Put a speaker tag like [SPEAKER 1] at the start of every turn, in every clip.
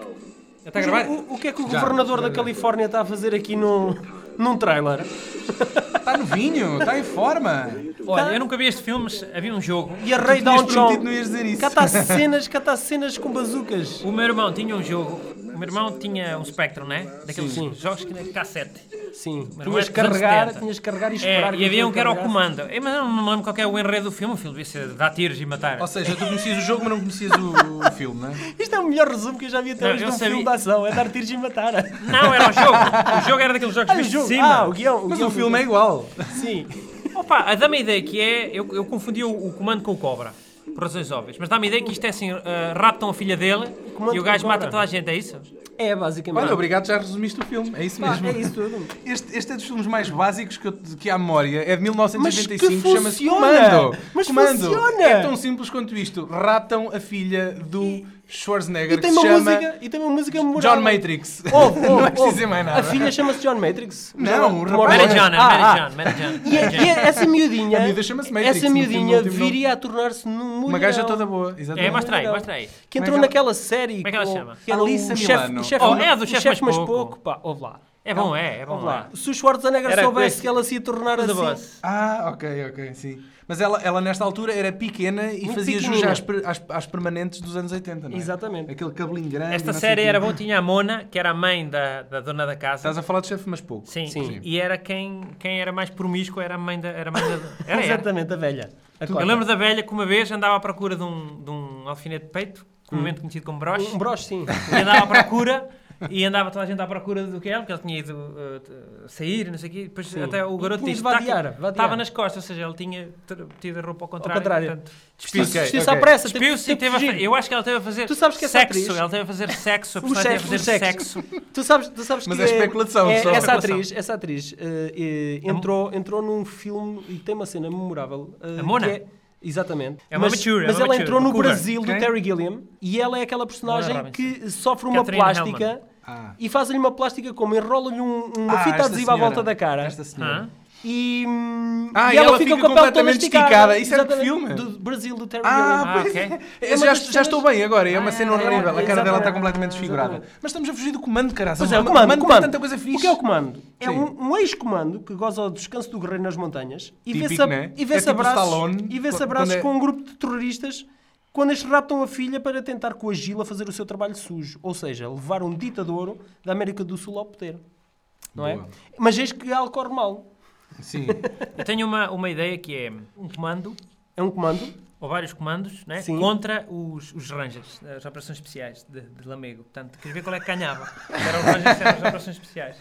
[SPEAKER 1] Já está Tá a gravar?
[SPEAKER 2] O, o que é que o governador da Califórnia está a fazer aqui num, num trailer?
[SPEAKER 3] Está novinho, está Tá em forma.
[SPEAKER 1] Olha, eu nunca vi este filme, mas havia um jogo.
[SPEAKER 2] E a Ray Down
[SPEAKER 3] Tinhas prometido não
[SPEAKER 2] John.
[SPEAKER 3] ias dizer isso.
[SPEAKER 2] Catar cenas, catar cenas com bazucas.
[SPEAKER 1] O meu irmão tinha um jogo. O meu irmão tinha um Spectrum, né? Daqueles jogos que era cassete.
[SPEAKER 2] Sim,
[SPEAKER 1] Mas não é
[SPEAKER 2] tinhas que carregar,
[SPEAKER 1] 270.
[SPEAKER 2] tinhas que carregar e
[SPEAKER 1] É,
[SPEAKER 2] esperar.
[SPEAKER 1] e havia
[SPEAKER 2] aquilo
[SPEAKER 1] um que era o
[SPEAKER 2] carregasse.
[SPEAKER 1] comando. Eu não me lembro qual que é o enredo do filme. O filme devia ser dar tiros e matar.
[SPEAKER 3] Ou seja, tu conhecias o jogo, mas não conhecias o, o filme, não é?
[SPEAKER 2] Isto é o melhor resumo que eu já vi até
[SPEAKER 1] Não,
[SPEAKER 2] hoje
[SPEAKER 1] eu
[SPEAKER 2] de um
[SPEAKER 1] sabia-
[SPEAKER 2] filme de ação. É dar tiros e matar.
[SPEAKER 1] Não, era o jogo. O jogo era daqueles jogos
[SPEAKER 2] Ah, o
[SPEAKER 1] vistos de
[SPEAKER 2] jogo.
[SPEAKER 1] cima.
[SPEAKER 2] Ah, o guião.
[SPEAKER 3] Mas
[SPEAKER 2] guião
[SPEAKER 3] o filme é igual.
[SPEAKER 2] Sim.
[SPEAKER 1] Opa, a dá-me a ideia que é. Eu, eu confundi o, o comando com o cobra. Por razões óbvias. Mas dá-me a ideia que isto é assim: ah, raptam a filha dele
[SPEAKER 2] comando
[SPEAKER 1] e o
[SPEAKER 2] com
[SPEAKER 1] gajo
[SPEAKER 2] o cobra.
[SPEAKER 1] mata toda a gente, é isso?
[SPEAKER 2] É, basicamente.
[SPEAKER 3] Olha, obrigado, já resumiste o filme. É isso
[SPEAKER 2] Pá,
[SPEAKER 3] mesmo.
[SPEAKER 2] é isso tudo.
[SPEAKER 3] Este, este é dos filmes mais básicos que, eu, que há à memória. É de
[SPEAKER 2] Mas
[SPEAKER 3] 1985,
[SPEAKER 2] que
[SPEAKER 3] chama-se
[SPEAKER 2] funciona!
[SPEAKER 3] Comando.
[SPEAKER 2] Mas
[SPEAKER 3] Comando.
[SPEAKER 2] funciona!
[SPEAKER 3] É tão simples quanto isto. Ratam a filha do Schwarzenegger,
[SPEAKER 2] E tem
[SPEAKER 3] que
[SPEAKER 2] uma
[SPEAKER 3] se chama
[SPEAKER 2] música, e tem uma música memorável.
[SPEAKER 3] John Matrix.
[SPEAKER 2] Ouve, ouve,
[SPEAKER 3] não é preciso
[SPEAKER 2] ouve.
[SPEAKER 3] dizer mais nada.
[SPEAKER 2] A filha chama-se John Matrix?
[SPEAKER 3] Não, o
[SPEAKER 2] Tomorrow-
[SPEAKER 3] rapaz-
[SPEAKER 1] Mary
[SPEAKER 3] Olha.
[SPEAKER 1] John, é
[SPEAKER 2] Ah, ah.
[SPEAKER 1] Mary John, Mary John.
[SPEAKER 2] E, a- e é, a- essa miudinha,
[SPEAKER 3] A miúda chama-se Matrix,
[SPEAKER 2] essa
[SPEAKER 3] no
[SPEAKER 2] miudinha
[SPEAKER 3] filme, no último
[SPEAKER 2] viria a tornar-se num mulherão.
[SPEAKER 3] Uma gaja toda boa. Exatamente.
[SPEAKER 1] É, mostra aí,
[SPEAKER 2] Não.
[SPEAKER 1] mostra aí.
[SPEAKER 2] Que
[SPEAKER 3] Como
[SPEAKER 2] entrou
[SPEAKER 3] é que
[SPEAKER 2] naquela série.
[SPEAKER 1] Como é que ela
[SPEAKER 2] com-
[SPEAKER 1] chama?
[SPEAKER 2] era o
[SPEAKER 3] Alissa
[SPEAKER 2] chefe-
[SPEAKER 3] Milano.
[SPEAKER 2] o chefe-
[SPEAKER 1] Oh, é a do
[SPEAKER 2] o
[SPEAKER 1] chefe mais pouco.
[SPEAKER 2] Pá, ouve lá.
[SPEAKER 1] É bom, é, é bom.
[SPEAKER 2] Ouve lá.
[SPEAKER 1] É.
[SPEAKER 2] Se o Schwarzenegger
[SPEAKER 1] Era com
[SPEAKER 2] soubesse
[SPEAKER 1] esse-
[SPEAKER 2] que ela se ia tornar
[SPEAKER 1] Tudo bom.
[SPEAKER 2] assim...
[SPEAKER 3] Ah, ok, ok, sim. Mas ela, ela nesta altura era pequena e
[SPEAKER 2] Muito
[SPEAKER 3] fazia jus
[SPEAKER 2] pequenina.
[SPEAKER 3] às, per- às- às permanentes dos anos 80, não é?
[SPEAKER 2] Exatamente.
[SPEAKER 3] Aquele cabelinho grande. não
[SPEAKER 1] Esta
[SPEAKER 3] sei
[SPEAKER 1] série
[SPEAKER 3] o quê.
[SPEAKER 1] era bom, tinha a Mona, que era a mãe da, da dona da casa.
[SPEAKER 3] Estás a falar de chefe, mas pouco.
[SPEAKER 1] Sim.
[SPEAKER 2] Sim.
[SPEAKER 1] e era quem, quem era mais promíscuo era a mãe da. Era a mãe da era, era.
[SPEAKER 2] Exatamente, a velha. A cota.
[SPEAKER 1] Eu lembro da velha que uma vez andava à procura de um, de um alfinete de peito, comumente conhecido como broche,
[SPEAKER 2] Hum. Um broche, sim.
[SPEAKER 1] e andava à procura. E andava toda a gente à procura do que era, porque ele tinha ido uh, t- sair, não sei o quê. Depois até o garoto
[SPEAKER 2] Tinha
[SPEAKER 1] disse
[SPEAKER 2] de vadear,
[SPEAKER 1] "Tá aqui."
[SPEAKER 2] vadear.
[SPEAKER 1] estava nas costas, ou seja, ele tinha ter- tido a roupa ao contrário.
[SPEAKER 2] contrário.
[SPEAKER 1] portanto,
[SPEAKER 2] Vestiu-se
[SPEAKER 3] Ok,
[SPEAKER 2] vestiu-se
[SPEAKER 3] ok.
[SPEAKER 2] à pressa. teve-
[SPEAKER 1] Despiu-se e
[SPEAKER 2] teve
[SPEAKER 1] teve
[SPEAKER 2] que
[SPEAKER 1] a,
[SPEAKER 2] fugir.
[SPEAKER 1] eu acho que ela teve a fazer
[SPEAKER 2] tipo, Tu sabes que essa
[SPEAKER 1] sexo.
[SPEAKER 2] atriz-
[SPEAKER 1] Ela teve a fazer sexo. A
[SPEAKER 2] O
[SPEAKER 1] personagem
[SPEAKER 2] chefe,
[SPEAKER 1] teve
[SPEAKER 2] o
[SPEAKER 1] a fazer
[SPEAKER 2] sexo.
[SPEAKER 1] sexo.
[SPEAKER 2] Tu sabes, tu sabes
[SPEAKER 3] Mas
[SPEAKER 2] que
[SPEAKER 3] é especulação,
[SPEAKER 2] é-
[SPEAKER 3] só.
[SPEAKER 2] essa
[SPEAKER 1] Especulação.
[SPEAKER 2] atriz, essa atriz eh, eh, entrou, entrou num filme e tem uma cena memorável. eh,
[SPEAKER 1] A Mona?
[SPEAKER 2] que é- exatamente.
[SPEAKER 1] É uma
[SPEAKER 2] mas,
[SPEAKER 1] mature, é
[SPEAKER 2] Mas
[SPEAKER 1] uma
[SPEAKER 2] ela
[SPEAKER 1] mature,
[SPEAKER 2] entrou no
[SPEAKER 1] uma cougar.
[SPEAKER 2] Brasil do
[SPEAKER 3] Quem?
[SPEAKER 2] Terry Gilliam e ela é aquela
[SPEAKER 1] Mona
[SPEAKER 2] personagem que sofre uma
[SPEAKER 1] Catherine
[SPEAKER 2] plástica
[SPEAKER 1] Hellman.
[SPEAKER 3] Ah.
[SPEAKER 2] e fazem-lhe uma plástica como enrola-lhe um- uma
[SPEAKER 3] Ah,
[SPEAKER 2] fita
[SPEAKER 3] esta
[SPEAKER 2] adesiva à
[SPEAKER 3] senhora.
[SPEAKER 2] volta da cara.
[SPEAKER 3] Esta
[SPEAKER 1] Ah.
[SPEAKER 3] senhora.
[SPEAKER 2] E, hum,
[SPEAKER 3] Ah,
[SPEAKER 2] e ela, fica, com a pele toda
[SPEAKER 3] completamente
[SPEAKER 2] esticada.
[SPEAKER 3] esticada. Isso é de que
[SPEAKER 2] Exatamente,
[SPEAKER 3] filme?
[SPEAKER 2] Do Brasil do Terry
[SPEAKER 3] Ah,
[SPEAKER 2] Gilliam.
[SPEAKER 1] Ah,
[SPEAKER 3] pois
[SPEAKER 1] ok.
[SPEAKER 3] é.
[SPEAKER 2] É uma
[SPEAKER 3] já,
[SPEAKER 2] das
[SPEAKER 3] já estou
[SPEAKER 2] cenas-
[SPEAKER 3] bem agora, é uma
[SPEAKER 2] Ah,
[SPEAKER 3] cena
[SPEAKER 2] é,
[SPEAKER 3] horrível. A cara dela está
[SPEAKER 2] exatamente,
[SPEAKER 3] completamente desfigurada.
[SPEAKER 2] exatamente.
[SPEAKER 3] Mas estamos a fugir do comando, caralho.
[SPEAKER 2] Pois é, o
[SPEAKER 3] Comando-
[SPEAKER 2] comando,
[SPEAKER 3] comando
[SPEAKER 2] comando.
[SPEAKER 3] tem tanta coisa fixe.
[SPEAKER 2] O que é o comando? É
[SPEAKER 3] Sim.
[SPEAKER 2] um, um ex-comando que goza do descanso do guerreiro nas montanhas e
[SPEAKER 3] Típico,
[SPEAKER 2] vê-se a-
[SPEAKER 3] né?
[SPEAKER 2] e vê-se
[SPEAKER 3] É tipo
[SPEAKER 2] abraços,
[SPEAKER 3] Stallone,
[SPEAKER 2] e vê-se
[SPEAKER 3] quando-
[SPEAKER 2] abraços
[SPEAKER 3] quando é-
[SPEAKER 2] com um grupo de terroristas quando eles raptam a filha para tentar coagi-la a fazer o seu trabalho sujo. Ou seja, levar um ditador da América do Sul ao poder. Não é?
[SPEAKER 3] Boa.
[SPEAKER 2] Mas eis que algo corre mal.
[SPEAKER 3] Sim.
[SPEAKER 1] Eu tenho uma, uma ideia que é um comando,
[SPEAKER 2] É um comando.
[SPEAKER 1] ou vários comandos, né?
[SPEAKER 2] Sim.
[SPEAKER 1] contra os, os Rangers, as operações especiais de, de Lamego. Portanto, queres ver qual é que ganhava? Se Eram os Rangers, se eram as operações especiais.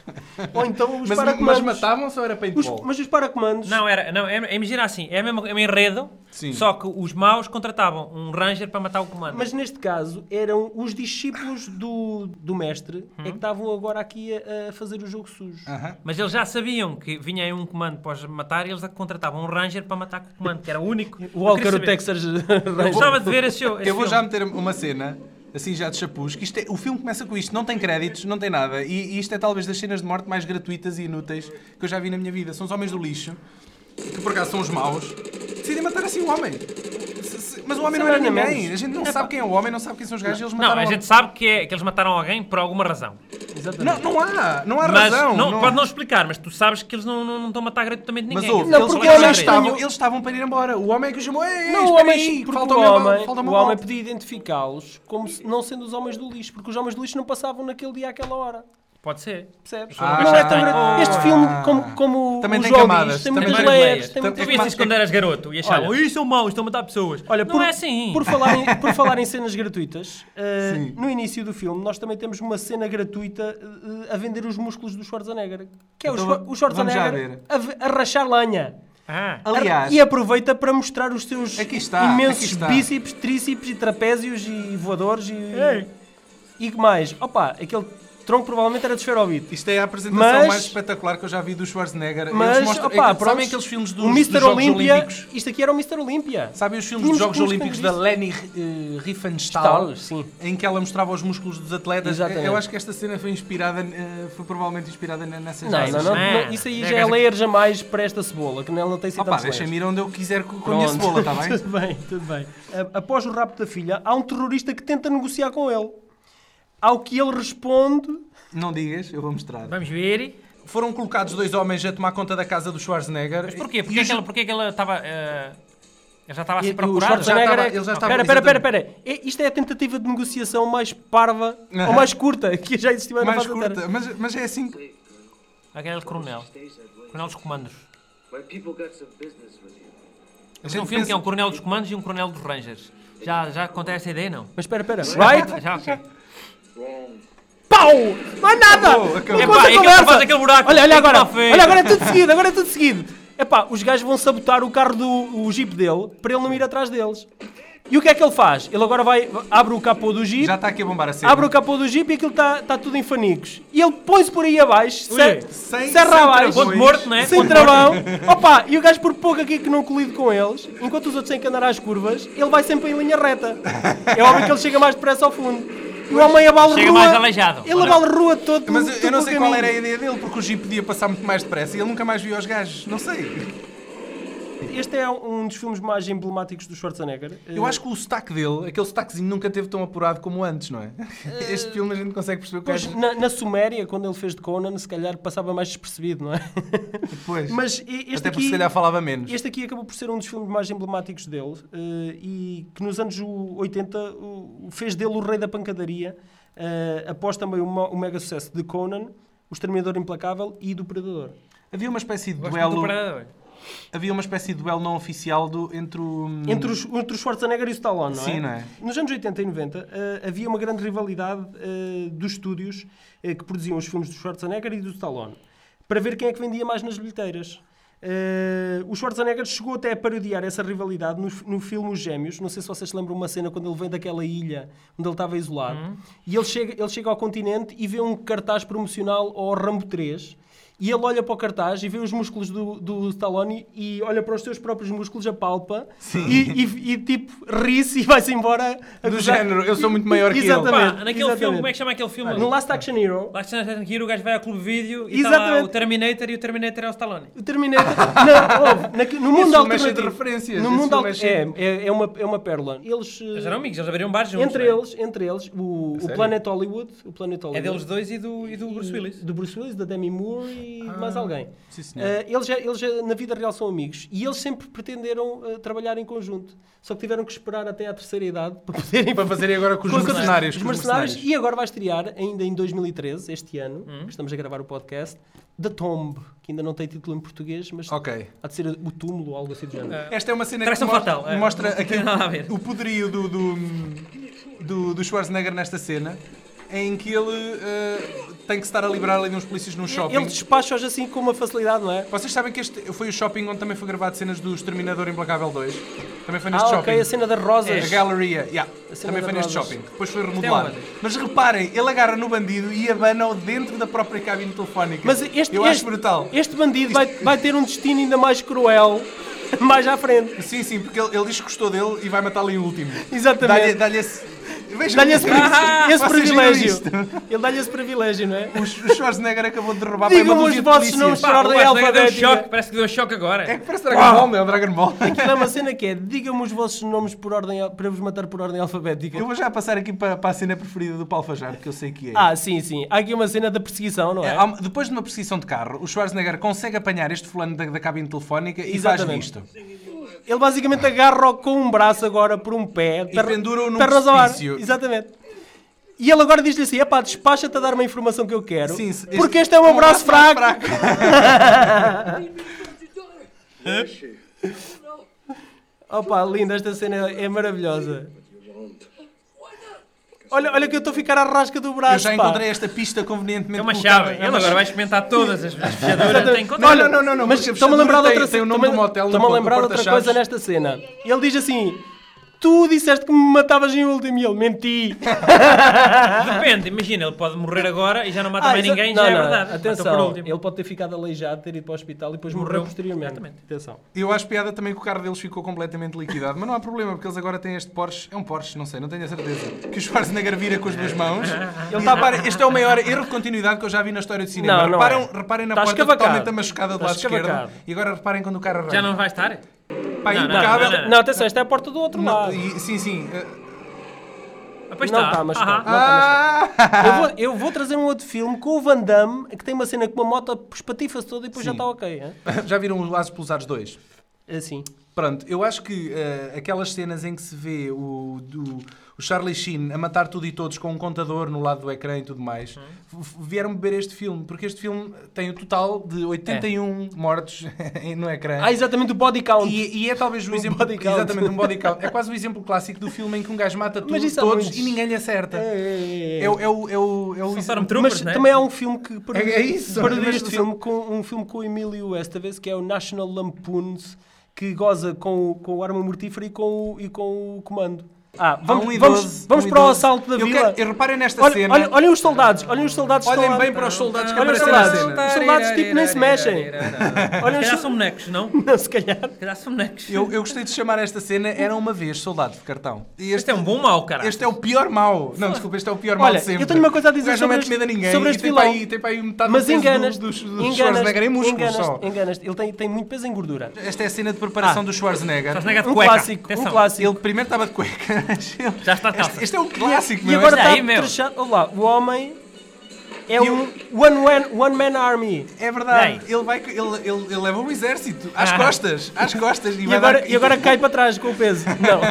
[SPEAKER 2] Ou então os
[SPEAKER 3] Mas, mas
[SPEAKER 2] paracomandos.
[SPEAKER 3] matavam-se ou era
[SPEAKER 2] Os-
[SPEAKER 3] paintball?
[SPEAKER 2] mas os paracomandos...
[SPEAKER 1] Não, era, não, é, é- imagina assim, é mesmo é um enredo,
[SPEAKER 3] Sim.
[SPEAKER 1] só que os maus contratavam um Ranger para matar o comando.
[SPEAKER 2] Mas neste caso eram os discípulos do, do mestre é
[SPEAKER 1] Uhum.
[SPEAKER 2] que estavam agora aqui a, a fazer o jogo sujo.
[SPEAKER 3] Aham.
[SPEAKER 1] Mas eles já sabiam que vinha aí um comando para os matar e eles contratavam um Ranger para matar com o comando, que era o único. Eu
[SPEAKER 2] O Walker,
[SPEAKER 1] queria
[SPEAKER 2] o
[SPEAKER 1] saber.
[SPEAKER 2] Texas
[SPEAKER 1] Eu gostava
[SPEAKER 2] Ranger.
[SPEAKER 1] de ver esse show. esse
[SPEAKER 3] Eu vou
[SPEAKER 1] filme.
[SPEAKER 3] já meter uma cena, assim já de chapuz, que isto é- o filme começa com isto, não tem créditos, não tem nada. E, e isto é talvez das cenas de morte mais gratuitas e inúteis que eu já vi na minha vida. São os homens do lixo, que por acaso são os maus, decidem matar assim o homem. Se- se- Mas o homem não era
[SPEAKER 2] Saranamente.
[SPEAKER 3] ninguém. A gente não sabe quem é o homem, não sabe quem são os gajos e eles
[SPEAKER 1] Não,
[SPEAKER 3] mataram
[SPEAKER 1] a
[SPEAKER 3] o
[SPEAKER 1] gente sabe que, é, que eles mataram alguém por alguma razão.
[SPEAKER 3] homem. Não, não há, não há
[SPEAKER 1] Mas
[SPEAKER 3] razão.
[SPEAKER 1] não,
[SPEAKER 3] não-
[SPEAKER 1] pode não explicar, mas tu sabes que eles não, não, não estão a matar gratuitamente
[SPEAKER 3] Mas
[SPEAKER 1] ninguém.
[SPEAKER 3] ouve,
[SPEAKER 2] Não,
[SPEAKER 3] eles,
[SPEAKER 2] porque
[SPEAKER 3] eles
[SPEAKER 2] eu
[SPEAKER 3] já
[SPEAKER 2] não
[SPEAKER 3] estavam,
[SPEAKER 2] tenho-
[SPEAKER 3] eles estavam para ir embora. O homem é que os chamou. Ei,
[SPEAKER 2] Não, o
[SPEAKER 3] espera
[SPEAKER 2] homem,
[SPEAKER 3] aí,
[SPEAKER 2] porque
[SPEAKER 3] falta
[SPEAKER 2] o
[SPEAKER 3] uma-
[SPEAKER 2] homem,
[SPEAKER 3] falta
[SPEAKER 2] o
[SPEAKER 3] uma
[SPEAKER 2] homem
[SPEAKER 3] volta.
[SPEAKER 2] podia identificá-los como se não sendo os homens do lixo, porque os homens do lixo não passavam naquele dia àquela hora.
[SPEAKER 1] Pode ser.
[SPEAKER 2] Percebes?
[SPEAKER 3] Ah,
[SPEAKER 2] não é tão
[SPEAKER 3] ah,
[SPEAKER 2] grande. Este filme, como, como
[SPEAKER 3] Também
[SPEAKER 2] o
[SPEAKER 3] tem
[SPEAKER 2] João
[SPEAKER 3] camadas,
[SPEAKER 2] diz, tem
[SPEAKER 3] também
[SPEAKER 2] muitas
[SPEAKER 3] tem
[SPEAKER 2] layers. Tem
[SPEAKER 3] camadas.
[SPEAKER 1] Tu
[SPEAKER 2] muitas
[SPEAKER 3] Também-
[SPEAKER 1] viste isso quando eras garoto e achavam,
[SPEAKER 2] Olha-
[SPEAKER 1] isso
[SPEAKER 3] é
[SPEAKER 1] são maus, estão a matar pessoas.
[SPEAKER 2] Olha,
[SPEAKER 1] não
[SPEAKER 2] por,
[SPEAKER 1] é assim.
[SPEAKER 2] por falar em, por falar em cenas gratuitas, eh,
[SPEAKER 3] Sim.
[SPEAKER 2] no início do filme nós também temos uma cena gratuita eh, a vender os músculos do Schwarzenegger, que é o,
[SPEAKER 3] Então,
[SPEAKER 2] Schwa- o
[SPEAKER 3] vamos
[SPEAKER 2] Schwarzenegger a, ve- a rachar lenha.
[SPEAKER 1] Ah,
[SPEAKER 2] A-
[SPEAKER 3] Aliás,
[SPEAKER 2] e aproveita para mostrar os seus
[SPEAKER 3] Aqui está,
[SPEAKER 2] imensos
[SPEAKER 3] aqui está.
[SPEAKER 2] bíceps, tríceps e trapézios e voadores e,
[SPEAKER 1] Ei.
[SPEAKER 2] e que mais? Opa, aquele tronco provavelmente era de esferovite.
[SPEAKER 3] Isto é a apresentação
[SPEAKER 2] Mas-
[SPEAKER 3] mais espetacular que eu já vi do Schwarzenegger.
[SPEAKER 2] Mas,
[SPEAKER 3] Eles mostram,
[SPEAKER 2] opa,
[SPEAKER 3] é, que-
[SPEAKER 2] pronto,
[SPEAKER 3] sabem aqueles filmes dos,
[SPEAKER 2] o
[SPEAKER 3] dos
[SPEAKER 2] Mr.
[SPEAKER 3] Jogos
[SPEAKER 2] Olímpia,
[SPEAKER 3] Olímpicos?
[SPEAKER 2] isto aqui era o Mr. Olímpia.
[SPEAKER 3] Sabem os filmes
[SPEAKER 2] Tínhamos
[SPEAKER 3] dos Jogos
[SPEAKER 2] músculos
[SPEAKER 3] Olímpicos da
[SPEAKER 2] disto.
[SPEAKER 3] Leni eh, Riefenstahl,
[SPEAKER 2] Stahl, sim.
[SPEAKER 3] em que ela mostrava os músculos dos atletas?
[SPEAKER 2] Exatamente.
[SPEAKER 3] Eu acho que esta cena foi inspirada, eh, foi provavelmente inspirada ne- nessas
[SPEAKER 2] Não,
[SPEAKER 3] bases.
[SPEAKER 2] não, não,
[SPEAKER 1] Ah,
[SPEAKER 2] não, Isso aí
[SPEAKER 1] não é
[SPEAKER 2] já é
[SPEAKER 1] coisa-
[SPEAKER 2] layer jamais para esta cebola, que nela não tem sido
[SPEAKER 3] Opa, deixa-me ir onde eu quiser com com a minha cebola, está bem?
[SPEAKER 2] tudo bem, tudo bem. A- Após o rapto da filha, há um terrorista que tenta negociar com ele. Ao que ele responde...
[SPEAKER 3] Não digas, eu vou mostrar.
[SPEAKER 1] Vamos ver.
[SPEAKER 3] Foram colocados dois homens a tomar conta da casa do Schwarzenegger.
[SPEAKER 1] Mas porquê? Porquê,
[SPEAKER 3] E
[SPEAKER 1] é que ela, porquê é que ela estava. eh, ela já estava a
[SPEAKER 2] E
[SPEAKER 1] ser
[SPEAKER 2] o
[SPEAKER 1] procurada?
[SPEAKER 3] Já
[SPEAKER 2] Schwarzenegger
[SPEAKER 3] estava-
[SPEAKER 2] é-
[SPEAKER 3] ele já estava-
[SPEAKER 2] Espera, espera, espera,
[SPEAKER 3] exatamente.
[SPEAKER 2] espera. É- Isto é a tentativa de negociação mais parva
[SPEAKER 3] Aham.
[SPEAKER 2] ou mais curta que já existiu na
[SPEAKER 3] mais
[SPEAKER 2] face da Terra.
[SPEAKER 3] curta, mas, mas é assim que...
[SPEAKER 1] Aquele coronel. Coronel dos Comandos.
[SPEAKER 4] My people got some business with you.
[SPEAKER 3] A
[SPEAKER 1] Tem um
[SPEAKER 3] gente
[SPEAKER 1] filme que é um
[SPEAKER 3] pensa-
[SPEAKER 1] coronel dos Comandos e um coronel dos Rangers. Já, já conta esta ideia, não?
[SPEAKER 2] Mas espera, espera. Right?
[SPEAKER 1] Já,
[SPEAKER 3] é
[SPEAKER 1] ok.
[SPEAKER 4] Wrong.
[SPEAKER 2] Pau! Não é nada!
[SPEAKER 3] Acabou, acabou.
[SPEAKER 2] Não conta
[SPEAKER 1] Epá, é que
[SPEAKER 2] conversa.
[SPEAKER 1] tu fazes aquele buraco.
[SPEAKER 2] Olha,
[SPEAKER 1] É que
[SPEAKER 2] olha agora.
[SPEAKER 1] tá feio.
[SPEAKER 2] Olha, agora é tudo seguido, agora é tudo seguido. Epá, os gajos vão sabotar o carro do o jeep dele para ele não ir atrás deles. E o que é que ele faz? Ele agora vai, abre o capô do jeep,
[SPEAKER 3] Já está aqui a bombar a cena.
[SPEAKER 2] abre o capô do jeep e aquilo está tá tudo em fanicos. E ele põe-se por aí abaixo,
[SPEAKER 1] Ui,
[SPEAKER 2] se-
[SPEAKER 3] sem- sem
[SPEAKER 2] serra abaixo,
[SPEAKER 3] travões.
[SPEAKER 1] Ponto morto, não é?
[SPEAKER 2] sem
[SPEAKER 1] Ponto
[SPEAKER 2] travão. Opa, e o gajo por pouco aqui que não colide com eles, enquanto os outros têm que andar às curvas, ele vai sempre em linha reta. É óbvio que ele chega mais depressa ao fundo. E o homem abala
[SPEAKER 1] Chega
[SPEAKER 2] rua.
[SPEAKER 1] mais aleijado,
[SPEAKER 2] Ele
[SPEAKER 1] ou não?
[SPEAKER 2] abala rua todo.
[SPEAKER 3] Mas eu-
[SPEAKER 2] todo
[SPEAKER 3] eu não
[SPEAKER 2] o
[SPEAKER 3] sei qual
[SPEAKER 2] caminho.
[SPEAKER 3] era a ideia dele, porque o Jeep podia passar muito mais depressa e ele nunca mais viu os gajos. Não sei.
[SPEAKER 2] Este é um dos filmes mais emblemáticos do Schwarzenegger.
[SPEAKER 3] Eu acho que o sotaque dele, aquele sotaquezinho, nunca teve tão apurado como antes, não é? Este filme a gente consegue perceber o que
[SPEAKER 2] Pois,
[SPEAKER 3] é.
[SPEAKER 2] Eh, na, na Suméria, quando ele fez de Conan, se calhar passava mais despercebido, não é?
[SPEAKER 3] Pois.
[SPEAKER 2] Mas e- este
[SPEAKER 3] Até porque
[SPEAKER 2] aqui...
[SPEAKER 3] se calhar falava menos.
[SPEAKER 2] Este aqui acabou por ser um dos filmes mais emblemáticos dele eh, e que nos anos o- 80 o- o fez dele o rei da pancadaria, eh, após também o, mo- o mega sucesso de Conan, O Exterminador Implacável e do Predador.
[SPEAKER 3] Havia uma espécie de
[SPEAKER 1] Gosto
[SPEAKER 3] duelo.
[SPEAKER 1] muito do Predador.
[SPEAKER 3] Havia uma espécie de duelo não oficial do, entre o.
[SPEAKER 2] Entre, os, entre o Schwarzenegger e o Stallone, não é?
[SPEAKER 3] Sim, não é?
[SPEAKER 2] Nos anos 80 e 90 eh, havia uma grande rivalidade eh, dos estúdios eh, que produziam os filmes do Schwarzenegger e do Stallone para ver quem é que vendia mais nas bilheteiras. Eh, o Schwarzenegger chegou até a parodiar essa rivalidade no, no filme Os Gêmeos. Não sei se vocês se lembram uma cena quando ele vem daquela ilha onde ele estava isolado
[SPEAKER 3] Hum.
[SPEAKER 2] e ele chega, ele chega ao continente e vê um cartaz promocional ao Rambo 3 e ele olha para o cartaz e vê os músculos do, do Stallone e olha para os seus próprios músculos, apalpa e, e, e tipo ri-se e vai-se embora a
[SPEAKER 3] Do
[SPEAKER 2] gozar.
[SPEAKER 3] género, eu sou muito maior que ele.
[SPEAKER 2] Exatamente,
[SPEAKER 1] Pá, naquele filme,
[SPEAKER 2] exatamente.
[SPEAKER 1] como é que chama aquele filme?
[SPEAKER 2] No Last Action Hero,
[SPEAKER 1] Lá está a o gajo vai ao Clube Vídeo e está lá
[SPEAKER 2] Exatamente.
[SPEAKER 1] o Terminator e o Terminator é o Stallone.
[SPEAKER 2] o Terminator. não, houve, na- no mundo
[SPEAKER 3] filme é cheio de
[SPEAKER 2] alternativo.
[SPEAKER 3] referências,
[SPEAKER 2] No
[SPEAKER 3] esse
[SPEAKER 2] mundo
[SPEAKER 3] filme é
[SPEAKER 2] al-
[SPEAKER 3] cheio
[SPEAKER 2] é, é, é, uma, é uma pérola. Eles. eh,
[SPEAKER 1] Eles eram amigos, eles abriram bares juntos.
[SPEAKER 2] entre
[SPEAKER 1] não é?
[SPEAKER 2] eles, entre eles, o, o
[SPEAKER 3] sério?
[SPEAKER 2] Planet Hollywood, o Planet
[SPEAKER 1] É
[SPEAKER 2] Hollywood.
[SPEAKER 1] deles dois e do, e do Bruce Willis.
[SPEAKER 2] Do Bruce Willis, da Demi Moore e de mais alguém.
[SPEAKER 3] Ah, sim, senhor.
[SPEAKER 2] Eh, eles, já, eles já, na vida real são amigos e eles sempre pretenderam eh, trabalhar em conjunto. Só que tiveram que esperar até à terceira idade para poderem
[SPEAKER 3] Para fazerem agora com os mercenários.
[SPEAKER 2] Os
[SPEAKER 3] com os
[SPEAKER 2] mercenários.
[SPEAKER 3] mercenários. Hum?
[SPEAKER 2] E agora vai estrear, ainda em 2013, este ano, que estamos a gravar o podcast, The Tomb, que ainda não tem título em português, mas
[SPEAKER 3] Ok.
[SPEAKER 2] há de ser o túmulo ou algo assim do género.
[SPEAKER 3] Esta é uma cena que
[SPEAKER 1] Traição
[SPEAKER 3] mostra,
[SPEAKER 1] fatal, é.
[SPEAKER 3] mostra
[SPEAKER 1] Não tem
[SPEAKER 3] aqui
[SPEAKER 1] nada a ver.
[SPEAKER 3] o poderio do, do, do, do Schwarzenegger nesta cena, em que ele eh, tem que estar a liberar ali de uns polícias num shopping.
[SPEAKER 2] Ele despacha-os assim com uma facilidade, não é?
[SPEAKER 3] Vocês sabem que este foi o shopping onde também foi gravado cenas do Exterminador Implacável 2? Também foi neste
[SPEAKER 2] Ah,
[SPEAKER 3] shopping. É,
[SPEAKER 2] ok, a cena das
[SPEAKER 3] A
[SPEAKER 2] rosas.
[SPEAKER 3] galeria, yeah.
[SPEAKER 2] cena
[SPEAKER 3] também
[SPEAKER 2] da
[SPEAKER 3] foi
[SPEAKER 2] Rosas.
[SPEAKER 3] neste shopping. Depois foi remodelado.
[SPEAKER 1] Isto é onde?
[SPEAKER 3] Mas reparem, ele agarra no bandido e abana-o dentro da própria cabine telefónica.
[SPEAKER 2] Mas este,
[SPEAKER 3] Eu
[SPEAKER 2] este,
[SPEAKER 3] acho brutal.
[SPEAKER 2] este bandido vai, vai ter um destino ainda mais cruel mais à frente.
[SPEAKER 3] Sim, sim, porque ele, ele diz que gostou dele e vai matá-lo em último. Dá-lhe
[SPEAKER 2] Exatamente.
[SPEAKER 3] dá-lhe esse. Vejam-
[SPEAKER 2] Dá-lhe esse, pri-
[SPEAKER 3] Ah,
[SPEAKER 2] esse
[SPEAKER 3] vocês viram
[SPEAKER 2] privilégio.
[SPEAKER 3] isto?
[SPEAKER 2] Ele dá-lhe esse privilégio, não é?
[SPEAKER 3] O Sch- o Schwarzenegger acabou de derrubar para
[SPEAKER 2] Digam-me
[SPEAKER 3] uma
[SPEAKER 2] os
[SPEAKER 3] dúzia de
[SPEAKER 2] vossos
[SPEAKER 3] polícias.
[SPEAKER 2] nomes
[SPEAKER 1] Pá,
[SPEAKER 2] por
[SPEAKER 1] o
[SPEAKER 2] ordem
[SPEAKER 1] Schwarzenegger deu um
[SPEAKER 2] alfabética.
[SPEAKER 1] choque, parece que deu um choque agora.
[SPEAKER 3] É que parece Dragon Ball, meu, Dragon Ball.
[SPEAKER 2] Aquilo é uma cena que é, digam-me os vossos nomes por ordem, al- para vos matar por ordem alfabética.
[SPEAKER 3] Eu vou já passar aqui para, para a cena preferida do Paulo Fajar, que eu sei que é.
[SPEAKER 2] Ah, sim, sim. Há aqui uma cena da perseguição, não
[SPEAKER 3] É,
[SPEAKER 2] é?
[SPEAKER 3] há uma- Depois de uma perseguição de carro, o Schwarzenegger consegue apanhar este fulano da, da cabine telefónica e
[SPEAKER 2] Exatamente.
[SPEAKER 3] faz isto.
[SPEAKER 2] Ele basicamente agarra-o com um braço agora por um pé. perna-
[SPEAKER 3] pendura-o num
[SPEAKER 2] pernas ao ar.
[SPEAKER 3] precipício.
[SPEAKER 2] Exatamente. E ele agora diz-lhe assim, epá, despacha-te a dar uma informação que eu quero,
[SPEAKER 3] Sim, se-
[SPEAKER 2] porque este é um abraço
[SPEAKER 3] mais
[SPEAKER 2] fraco.
[SPEAKER 4] Where is she?
[SPEAKER 2] Opa, linda, esta cena é maravilhosa. Olha, olha que eu estou a ficar à rasca do braço.
[SPEAKER 3] Eu já
[SPEAKER 2] Ah, pá.
[SPEAKER 3] encontrei esta pista convenientemente
[SPEAKER 1] É uma
[SPEAKER 3] colocada.
[SPEAKER 1] chave.
[SPEAKER 3] É
[SPEAKER 1] Ele
[SPEAKER 3] uma
[SPEAKER 1] agora vai
[SPEAKER 3] chave.
[SPEAKER 1] experimentar todas as as fechaduras até encontrar.
[SPEAKER 2] Olha,
[SPEAKER 3] Não, não, não, não,
[SPEAKER 2] mas
[SPEAKER 3] porque a
[SPEAKER 2] estou-me a lembrar de
[SPEAKER 3] fechadura
[SPEAKER 2] outra
[SPEAKER 3] tem- tem
[SPEAKER 2] cena.
[SPEAKER 3] o nome do motel no
[SPEAKER 2] Estou-me a
[SPEAKER 3] porta-
[SPEAKER 2] lembrar de outra
[SPEAKER 3] porta-chaves.
[SPEAKER 2] coisa nesta cena. Ele diz assim: Tu disseste que me matavas em último e ele menti.
[SPEAKER 1] Depende, imagina, ele pode morrer agora e já não mata mais
[SPEAKER 2] exa-
[SPEAKER 1] ninguém,
[SPEAKER 2] Ah, não,
[SPEAKER 1] já é
[SPEAKER 2] não,
[SPEAKER 1] verdade. Matou por
[SPEAKER 2] Atenção,
[SPEAKER 1] último.
[SPEAKER 2] ele pode ter ficado aleijado, ter ido para o hospital e depois morreu,
[SPEAKER 1] Morreu.
[SPEAKER 2] posteriormente.
[SPEAKER 1] Exatamente.
[SPEAKER 2] Atenção.
[SPEAKER 3] Eu acho piada também que o carro deles ficou completamente liquidado, mas não há problema, porque eles agora têm este Porsche, é um Porsche, não sei, não tenho a certeza, que o Schwarzenegger vira com as duas mãos. Ele está a este é o maior erro de continuidade que eu já vi na história do cinema.
[SPEAKER 2] tá Não, não
[SPEAKER 3] reparem,
[SPEAKER 2] é.
[SPEAKER 3] reparem na
[SPEAKER 2] Está
[SPEAKER 3] porta
[SPEAKER 2] escavacado.
[SPEAKER 3] totalmente amascada do
[SPEAKER 2] Está
[SPEAKER 3] lado esquerdo,
[SPEAKER 2] escavacado.
[SPEAKER 3] e agora reparem quando o carro arranca.
[SPEAKER 1] Já não vai estar? Ah,
[SPEAKER 3] Pá, é
[SPEAKER 1] Não, não,
[SPEAKER 3] impecável.
[SPEAKER 1] não,
[SPEAKER 2] Não, atenção, esta é a porta do outro
[SPEAKER 3] Não,
[SPEAKER 2] lado.
[SPEAKER 3] e- sim, sim, eh,
[SPEAKER 1] Ah, Pois
[SPEAKER 2] não
[SPEAKER 1] tá.
[SPEAKER 2] está, mas
[SPEAKER 1] Ahá.
[SPEAKER 2] está.
[SPEAKER 3] Ah!
[SPEAKER 2] Eu vou, eu vou trazer um outro filme com o Van Damme, que tem uma cena com uma moto espatifa-se toda e depois já
[SPEAKER 3] Sim.
[SPEAKER 2] está ok. hã?
[SPEAKER 3] Já viram os Laços Pulsados 2?
[SPEAKER 2] Assim.
[SPEAKER 3] Pronto, eu acho que eh, aquelas cenas em que se vê o, do- o Charlie Sheen a matar tudo e todos com um contador no lado do ecrã e tudo
[SPEAKER 2] Uhum.
[SPEAKER 3] mais, v- vieram beber este filme, porque este filme tem o total de 81 mortos no ecrã.
[SPEAKER 2] Ah, exatamente o body count.
[SPEAKER 3] E, e é talvez o exemplo.
[SPEAKER 2] body count.
[SPEAKER 3] Exatamente, um body count. É quase o exemplo clássico do filme em que um gajo mata tudo,
[SPEAKER 2] Mas isso há
[SPEAKER 3] todos
[SPEAKER 2] muitos.
[SPEAKER 3] e ninguém lhe acerta.
[SPEAKER 2] É,
[SPEAKER 3] É,
[SPEAKER 2] é, é, é.
[SPEAKER 3] o- é o. É o, é o-
[SPEAKER 1] São
[SPEAKER 2] Mas
[SPEAKER 1] Stormtroopers, né?
[SPEAKER 2] também há um filme que parodi-
[SPEAKER 3] É- é isso,
[SPEAKER 2] parodia
[SPEAKER 3] mas
[SPEAKER 2] este
[SPEAKER 3] são-
[SPEAKER 2] filme com um filme com o Emílio Estevez que é o National Lampoons que goza com, o- com o arma mortífera e com o, e com o comando. Ah,
[SPEAKER 3] Há um
[SPEAKER 2] vamos,
[SPEAKER 3] idoso,
[SPEAKER 2] vamos, vamos
[SPEAKER 3] um
[SPEAKER 2] para o
[SPEAKER 3] idoso.
[SPEAKER 2] assalto da
[SPEAKER 3] eu
[SPEAKER 2] vila.
[SPEAKER 3] Quero, eu reparem nesta
[SPEAKER 2] Olha,
[SPEAKER 3] cena.
[SPEAKER 2] olha- olhem os soldados, olhem os soldados que
[SPEAKER 3] Olhem
[SPEAKER 2] estão lá-
[SPEAKER 3] bem para os soldados que
[SPEAKER 2] Olha os
[SPEAKER 3] aparecem na
[SPEAKER 2] soldados.
[SPEAKER 3] cena.
[SPEAKER 2] Os soldados tipo nem se mexem. Olhem
[SPEAKER 1] Se
[SPEAKER 2] os
[SPEAKER 1] calhar
[SPEAKER 2] soldados.
[SPEAKER 1] são bonecos, não?
[SPEAKER 2] Não, se calhar.
[SPEAKER 1] Se calhar são bonecos.
[SPEAKER 3] Eu, eu gostei de chamar esta cena Era uma vez soldado de cartão. E
[SPEAKER 1] Este é um bom mau, cara.
[SPEAKER 3] Este é o pior mau. Não, desculpa, este é o pior mau
[SPEAKER 2] Olha,
[SPEAKER 3] de sempre.
[SPEAKER 2] eu tenho uma coisa a dizer
[SPEAKER 3] O gajo
[SPEAKER 2] sobre
[SPEAKER 3] não mete
[SPEAKER 2] este-
[SPEAKER 3] medo a ninguém.
[SPEAKER 2] sobre
[SPEAKER 3] e
[SPEAKER 2] este
[SPEAKER 3] tem
[SPEAKER 2] vilão.
[SPEAKER 3] para aí, tem para aí metade
[SPEAKER 2] Mas
[SPEAKER 3] do peso
[SPEAKER 2] enganas.
[SPEAKER 3] do, dos, dos
[SPEAKER 2] Enganas.
[SPEAKER 3] Schwarzenegger em músculos só.
[SPEAKER 2] Enganas. Ele tem, tem muito peso em gordura.
[SPEAKER 3] Esta é a cena de preparação
[SPEAKER 2] Ah.
[SPEAKER 3] do Schwarzenegger.
[SPEAKER 1] Schwarzenegger de
[SPEAKER 2] Um
[SPEAKER 1] cueca.
[SPEAKER 2] clássico, um
[SPEAKER 1] Atenção.
[SPEAKER 2] clássico.
[SPEAKER 3] Ele primeiro estava de cuecas. Ele-
[SPEAKER 1] Já está de calça.
[SPEAKER 3] este, este é um clássico,
[SPEAKER 2] E
[SPEAKER 3] meu.
[SPEAKER 2] agora tá-
[SPEAKER 1] Olha
[SPEAKER 2] está
[SPEAKER 1] aí, meu.
[SPEAKER 2] trechado. Olha lá, o homem é
[SPEAKER 3] E
[SPEAKER 2] um one man, one man army.
[SPEAKER 3] É verdade, ele, vai, ele, ele, ele leva um exército às
[SPEAKER 1] Ah.
[SPEAKER 3] costas, às costas. E,
[SPEAKER 2] E
[SPEAKER 3] vai
[SPEAKER 2] agora,
[SPEAKER 3] dar-
[SPEAKER 2] e agora cai para trás com o peso. Não.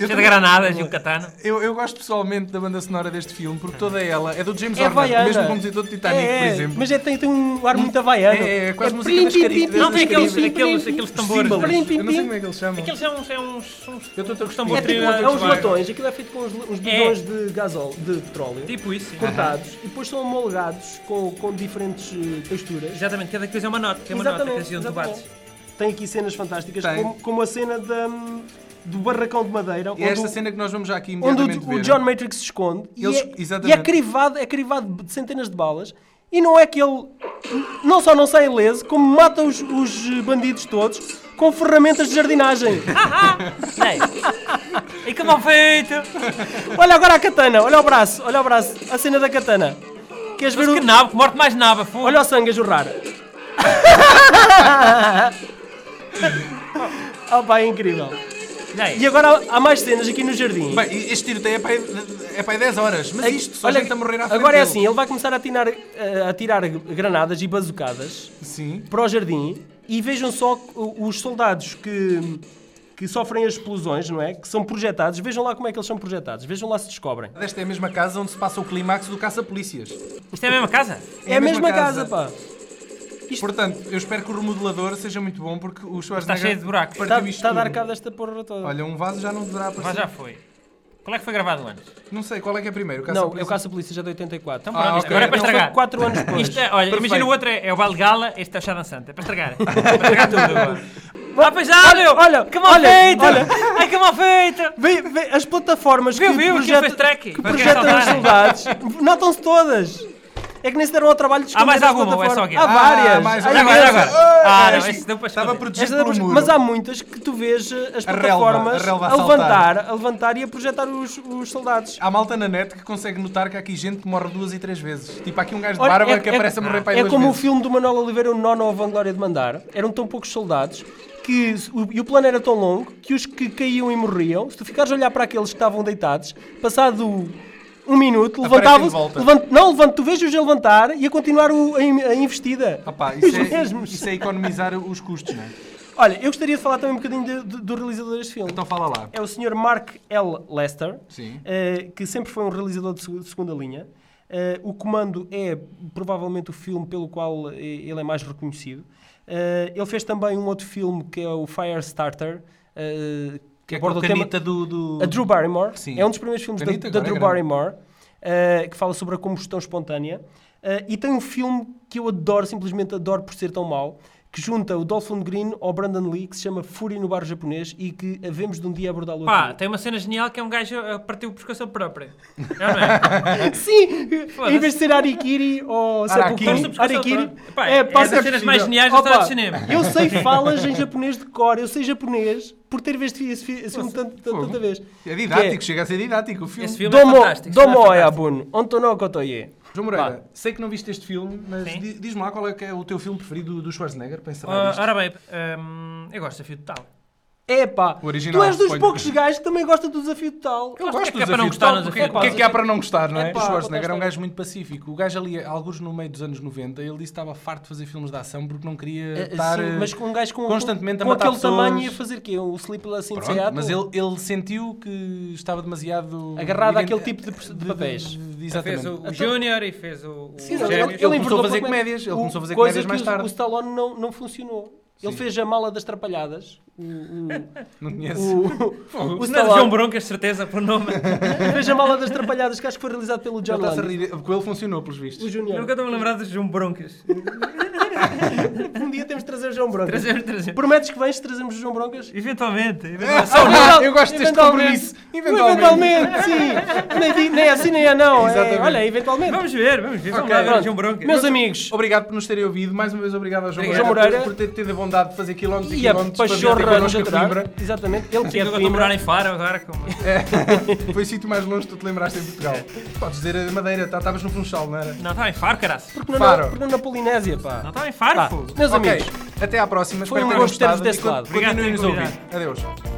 [SPEAKER 3] Eu,
[SPEAKER 1] Cheio de
[SPEAKER 3] também-
[SPEAKER 1] granadas e um katana.
[SPEAKER 3] eu, eu gosto pessoalmente da banda sonora deste filme, porque toda ela é do James
[SPEAKER 2] É
[SPEAKER 3] Horner, o
[SPEAKER 2] vaiana.
[SPEAKER 3] mesmo compositor de Titanic,
[SPEAKER 2] É,
[SPEAKER 3] por
[SPEAKER 2] é,
[SPEAKER 3] exemplo.
[SPEAKER 2] Mas é, tem, tem um ar muito havaiano.
[SPEAKER 3] É, é quase música
[SPEAKER 2] plim,
[SPEAKER 3] das
[SPEAKER 2] pim,
[SPEAKER 3] caritas-
[SPEAKER 2] pim, pim,
[SPEAKER 1] Não, tem
[SPEAKER 2] pim,
[SPEAKER 1] aqueles,
[SPEAKER 2] pim,
[SPEAKER 1] aqueles,
[SPEAKER 2] pim,
[SPEAKER 1] aqueles
[SPEAKER 2] pim.
[SPEAKER 1] tambores.
[SPEAKER 2] símbolos. Plim, pim,
[SPEAKER 3] Eu não sei
[SPEAKER 2] pim.
[SPEAKER 3] como é que eles chamam.
[SPEAKER 1] Aqueles são, são uns, uns, uns, uns
[SPEAKER 2] É
[SPEAKER 1] tambores
[SPEAKER 2] tipo, é uns
[SPEAKER 1] de-
[SPEAKER 2] latões, aquilo é feito com uns, uns bidões de gasol, de petróleo,
[SPEAKER 1] Tipo isso, sim.
[SPEAKER 2] cortados, e depois são homologados com, com diferentes eh, texturas.
[SPEAKER 1] Exatamente, cada coisa é uma nota. Tem uma nota que
[SPEAKER 2] Exatamente,
[SPEAKER 1] assim onde tu
[SPEAKER 2] exatamente.
[SPEAKER 1] bates.
[SPEAKER 2] Tem aqui cenas fantásticas,
[SPEAKER 3] Tem.
[SPEAKER 2] como, como a cena da, do barracão de madeira,
[SPEAKER 3] E é esta
[SPEAKER 2] onde o-
[SPEAKER 3] cena que nós vamos já aqui
[SPEAKER 2] onde
[SPEAKER 3] imediatamente
[SPEAKER 2] o, o
[SPEAKER 3] ver.
[SPEAKER 2] John Matrix se esconde e
[SPEAKER 3] Eles-
[SPEAKER 2] é- e, é,
[SPEAKER 3] exatamente.
[SPEAKER 2] crivado, é crivado de centenas de balas e não é que ele não só não sai ileso, como mata os, os bandidos todos com ferramentas de jardinagem.
[SPEAKER 1] E que mal feito!
[SPEAKER 2] olha agora a katana, olha o braço, olha o braço, a cena da katana. Queres ver
[SPEAKER 1] Mas que
[SPEAKER 2] o...
[SPEAKER 1] nabo, que morte mais naba, fogo.
[SPEAKER 2] um- Olha o sangue a jorrar. Ah pá, é incrível. E agora há, há mais cenas aqui no jardim.
[SPEAKER 3] Bem, e este tiroteio é para aí- é para aí 10 horas, mas isto só gente a morrer à frente
[SPEAKER 2] agora é
[SPEAKER 3] dele.
[SPEAKER 2] assim, ele vai começar a atirar, eh, a tirar granadas e bazucadas
[SPEAKER 3] Sim.
[SPEAKER 2] para o jardim e vejam só o- os soldados que, que sofrem as explosões, não é? Que são projetados. Vejam lá como é que eles são projetados. Vejam lá se descobrem.
[SPEAKER 3] Esta é a mesma casa onde se passa o clímax do Caça-Polícias.
[SPEAKER 1] Isto é a mesma casa?
[SPEAKER 2] É, a mesma casa, pá.
[SPEAKER 3] Portanto, eu espero que o remodelador seja muito bom, porque o Schwarzenegger...
[SPEAKER 1] Está cheio de buracos.
[SPEAKER 3] partiu
[SPEAKER 2] Está,
[SPEAKER 3] isto
[SPEAKER 2] está Tá, a dar
[SPEAKER 3] tudo.
[SPEAKER 2] cabo desta porra toda.
[SPEAKER 3] Olha, um vaso já não deverá
[SPEAKER 1] Mas
[SPEAKER 3] aparecer.
[SPEAKER 1] já foi. Qual é que foi gravado antes?
[SPEAKER 3] Não sei, qual é que é primeiro? O
[SPEAKER 2] não,
[SPEAKER 3] Caça-Polícias?
[SPEAKER 2] eu caço a polícia já de 84.
[SPEAKER 1] Então
[SPEAKER 2] Então,
[SPEAKER 1] pronto,
[SPEAKER 3] Ah,
[SPEAKER 1] isto
[SPEAKER 3] ok.
[SPEAKER 1] agora é para
[SPEAKER 3] Não,
[SPEAKER 2] foi
[SPEAKER 1] estragar.
[SPEAKER 2] 4 anos depois.
[SPEAKER 1] Isto é, olha, imagina
[SPEAKER 3] Perfeito.
[SPEAKER 1] o outro é, é o baile de gala, este é o chá dançante. É para estragar. É para estragar tudo agora. Ah, pois já,
[SPEAKER 2] Olha,
[SPEAKER 1] meu!
[SPEAKER 2] olha,
[SPEAKER 1] que mal
[SPEAKER 2] olha,
[SPEAKER 1] feito!
[SPEAKER 2] olha.
[SPEAKER 1] Ai, que mal feito!
[SPEAKER 2] Vê- vê as plataformas
[SPEAKER 1] Viu,
[SPEAKER 2] que,
[SPEAKER 1] viu? Aquilo
[SPEAKER 2] projetam-
[SPEAKER 1] fez track.
[SPEAKER 2] que
[SPEAKER 1] Para quem
[SPEAKER 2] projetam
[SPEAKER 1] saudar.
[SPEAKER 2] as saudades notam-se todas. É que nem se deram ao trabalho de
[SPEAKER 1] Há mais
[SPEAKER 2] esconder as
[SPEAKER 1] alguma ou é só
[SPEAKER 2] plataformas.
[SPEAKER 1] aquela?
[SPEAKER 2] Há várias.
[SPEAKER 3] Ah, mais
[SPEAKER 2] Há
[SPEAKER 1] Olha
[SPEAKER 3] uma.
[SPEAKER 1] agora,
[SPEAKER 2] imensas.
[SPEAKER 1] olha agora. Ah, não, isso deu para
[SPEAKER 3] Estava
[SPEAKER 1] esconder.
[SPEAKER 3] protegido
[SPEAKER 2] Esta
[SPEAKER 3] por
[SPEAKER 2] dá-
[SPEAKER 3] um muro.
[SPEAKER 2] mas há muitas que tu vês eh, as
[SPEAKER 3] A relva,
[SPEAKER 2] plataformas
[SPEAKER 3] a relva a
[SPEAKER 2] a, levantar, a levantar e a projetar os, os soldados.
[SPEAKER 3] Há malta na net que consegue notar que há aqui gente que morre duas e três vezes. Tipo, há aqui um gajo de
[SPEAKER 2] Olha,
[SPEAKER 3] barba
[SPEAKER 2] é-
[SPEAKER 3] que
[SPEAKER 2] é-
[SPEAKER 3] aparece a morrer para aí
[SPEAKER 2] É
[SPEAKER 3] duas
[SPEAKER 2] como o
[SPEAKER 3] vezes.
[SPEAKER 2] filme do Manuel Oliveira, o Nono ou a Vanglória de Mandar. Eram tão poucos soldados que, se- o- e o plano era tão longo que os que caíam e morriam, se tu ficares a olhar para aqueles que estavam deitados, passado um minuto,
[SPEAKER 3] Aparecem
[SPEAKER 2] levantavam
[SPEAKER 3] de volta.
[SPEAKER 2] Não, levanta, tu vês-os a levantar e a continuar o- a, in- a investida.
[SPEAKER 3] Ah pá,
[SPEAKER 2] Os
[SPEAKER 3] isso é,
[SPEAKER 2] mesmos.
[SPEAKER 3] isso é economizar os custos, não é?
[SPEAKER 2] Olha, eu gostaria de falar também um bocadinho de- de- do realizador deste filme.
[SPEAKER 3] Então fala lá.
[SPEAKER 2] é o Sr. Mark L. Lester,
[SPEAKER 3] Sim.
[SPEAKER 2] eh, que sempre foi um realizador de segu- de segunda linha. Eh, o Comando é provavelmente o filme pelo qual eh, ele é mais reconhecido. Eh, ele fez também um outro filme que é o Firestarter, eh,
[SPEAKER 3] Que é com
[SPEAKER 2] aborda
[SPEAKER 3] a
[SPEAKER 2] o tema-
[SPEAKER 3] canita do... do...
[SPEAKER 2] a Drew Barrymore.
[SPEAKER 3] Sim.
[SPEAKER 2] É um dos primeiros filmes da,
[SPEAKER 3] Canita,
[SPEAKER 2] da
[SPEAKER 3] agora é
[SPEAKER 2] Drew
[SPEAKER 3] grande.
[SPEAKER 2] Barrymore, eh, que fala sobre a combustão espontânea. Eh, e tem um filme que eu adoro, simplesmente adoro por ser tão mau, que junta o Dolph Lundgren ao Brandon Lee, que se chama Fúria no Bar Japonês e que havemos de um dia abordá-lo
[SPEAKER 1] Pá,
[SPEAKER 2] aqui.
[SPEAKER 1] tem uma cena genial que é um gajo a partir o pescoço ele próprio. Não, não é?
[SPEAKER 2] Sim!
[SPEAKER 1] Foda-se.
[SPEAKER 2] em vez de ser Arikiri ou Seppuku,
[SPEAKER 3] Araki.
[SPEAKER 1] Torce-me
[SPEAKER 2] Arikiri.
[SPEAKER 1] só, pá, é das cenas
[SPEAKER 2] possível.
[SPEAKER 1] mais geniais da
[SPEAKER 2] Opa,
[SPEAKER 1] história do cinema.
[SPEAKER 2] Eu sei falas em japonês de cor, eu sei japonês por ter visto esse, fi- esse filme tanto- tanto-
[SPEAKER 3] fogo.
[SPEAKER 2] tanta vez.
[SPEAKER 3] É
[SPEAKER 2] Que é-
[SPEAKER 3] didático, chega a ser didático o filme.
[SPEAKER 1] Esse filme é
[SPEAKER 2] Domo,
[SPEAKER 1] fantástico. esse filme
[SPEAKER 2] domo
[SPEAKER 1] é
[SPEAKER 2] é
[SPEAKER 1] fantástico.
[SPEAKER 2] abun, ontono kotoye.
[SPEAKER 3] João Moreira, sei que não viste este filme, mas
[SPEAKER 1] Sim.
[SPEAKER 3] di- diz-me lá qual é, que é o teu filme preferido do Schwarzenegger, pensa lá
[SPEAKER 1] Ah,
[SPEAKER 3] nisto.
[SPEAKER 1] Ora bem, hum, eu gosto de desafio total.
[SPEAKER 2] É pá,
[SPEAKER 3] O original,
[SPEAKER 2] tu és dos
[SPEAKER 3] olha.
[SPEAKER 2] poucos gajos que também gosta do desafio total.
[SPEAKER 3] Eu
[SPEAKER 1] Gosto,
[SPEAKER 3] gosto
[SPEAKER 1] é que é
[SPEAKER 3] do
[SPEAKER 1] para
[SPEAKER 3] desafio
[SPEAKER 1] não gostar,
[SPEAKER 3] total,
[SPEAKER 1] não
[SPEAKER 3] porque
[SPEAKER 1] é?
[SPEAKER 3] é- O que é que há para não gostar, não é?
[SPEAKER 2] Epá,
[SPEAKER 3] o Schwarzenegger é um
[SPEAKER 2] acontece.
[SPEAKER 3] gajo muito pacífico. O gajo ali, alguns no meio dos anos 90, ele disse que estava farto de fazer filmes de ação porque não queria
[SPEAKER 2] Eh,
[SPEAKER 3] estar...
[SPEAKER 2] sim,
[SPEAKER 3] eh,
[SPEAKER 2] mas com um gajo com,
[SPEAKER 3] constantemente
[SPEAKER 2] com,
[SPEAKER 3] a
[SPEAKER 2] com
[SPEAKER 3] matar
[SPEAKER 2] aquele
[SPEAKER 3] pessoas.
[SPEAKER 2] tamanho ia fazer quê? Um O Sleepless in
[SPEAKER 3] Pronto,
[SPEAKER 2] Seattle?
[SPEAKER 3] mas ele, ele sentiu que estava demasiado...
[SPEAKER 2] Agarrado
[SPEAKER 3] ident-
[SPEAKER 2] àquele tipo de pers- de papéis.
[SPEAKER 3] de- de-
[SPEAKER 1] Fez
[SPEAKER 3] exatamente.
[SPEAKER 1] o, o Júnior e fez o, o
[SPEAKER 2] Então- Sim,
[SPEAKER 1] Gêmeos.
[SPEAKER 3] ele- ele-
[SPEAKER 2] inverteu
[SPEAKER 3] começou a fazer
[SPEAKER 2] para
[SPEAKER 3] comédias, ele começou a fazer
[SPEAKER 2] coisa
[SPEAKER 3] comédias
[SPEAKER 2] que
[SPEAKER 3] mais
[SPEAKER 2] o-
[SPEAKER 3] tarde.
[SPEAKER 2] O Stallone não, não funcionou. Ele fez a mala das trapalhadas. O, o,
[SPEAKER 3] Não conheço.
[SPEAKER 2] o, o,
[SPEAKER 1] O Senado João
[SPEAKER 2] Stallone
[SPEAKER 1] Broncas, certeza, por nome.
[SPEAKER 2] fez a mala das trapalhadas que acho que foi realizado pelo
[SPEAKER 3] Já
[SPEAKER 2] John
[SPEAKER 3] está a
[SPEAKER 2] Landis.
[SPEAKER 3] rir. Com ele funcionou, pelos vistos.
[SPEAKER 2] O Júnior.
[SPEAKER 1] Nunca estou a lembrar dos João Broncas.
[SPEAKER 2] Um dia temos de trazer o João Broncas.
[SPEAKER 1] Trazer, trazer.
[SPEAKER 2] Prometes que vens se trazermos o João Broncas?
[SPEAKER 1] Eventualmente.
[SPEAKER 2] Eventual-
[SPEAKER 3] Ah, eu gosto deste
[SPEAKER 2] eventualmente.
[SPEAKER 3] compromisso.
[SPEAKER 2] Eventualmente, sim. Nem, di- nem é assim nem é não. É,
[SPEAKER 3] Exatamente.
[SPEAKER 2] olha, eventualmente.
[SPEAKER 1] Vamos ver, vamos ver. Vamos
[SPEAKER 3] Ok,
[SPEAKER 1] lá ver o
[SPEAKER 2] Pronto.
[SPEAKER 1] João Broncas.
[SPEAKER 2] Meus amigos,
[SPEAKER 3] Obrigado por nos terem ouvido. Mais uma vez, obrigado ao João,
[SPEAKER 1] Obrigado.
[SPEAKER 2] Moreira.
[SPEAKER 3] por ter tido a bondade de fazer quilómetros e,
[SPEAKER 2] e a
[SPEAKER 3] quilómetros para vir ter
[SPEAKER 2] pachorra nos
[SPEAKER 3] connosco a Coimbra.
[SPEAKER 2] aturar. Exatamente, ele que
[SPEAKER 1] Eu
[SPEAKER 2] é de
[SPEAKER 1] estou a morar
[SPEAKER 2] Coimbra.
[SPEAKER 1] em Faro agora. como-
[SPEAKER 3] Foi o sítio mais longe que tu te lembraste em Portugal.
[SPEAKER 2] É.
[SPEAKER 3] Podes dizer a Madeira, tá- estavas no Funchal, não era?
[SPEAKER 1] Não, estava em Faro, Ah, caraças.
[SPEAKER 2] Porque não,
[SPEAKER 3] Faro.
[SPEAKER 2] na, porque não na Polinésia, pá.
[SPEAKER 1] Não, estava em
[SPEAKER 2] Pá,
[SPEAKER 1] Faro, fogo.
[SPEAKER 2] meus
[SPEAKER 3] ok,
[SPEAKER 2] amigos.
[SPEAKER 3] até à próxima.
[SPEAKER 2] Foi
[SPEAKER 3] Espero
[SPEAKER 2] um
[SPEAKER 3] que tenham
[SPEAKER 2] gosto ter-vos
[SPEAKER 3] gostado
[SPEAKER 2] desse
[SPEAKER 3] e con-
[SPEAKER 2] lado.
[SPEAKER 1] Obrigado por
[SPEAKER 3] Continuem-nos a
[SPEAKER 1] terem
[SPEAKER 3] ouvir. Adeus.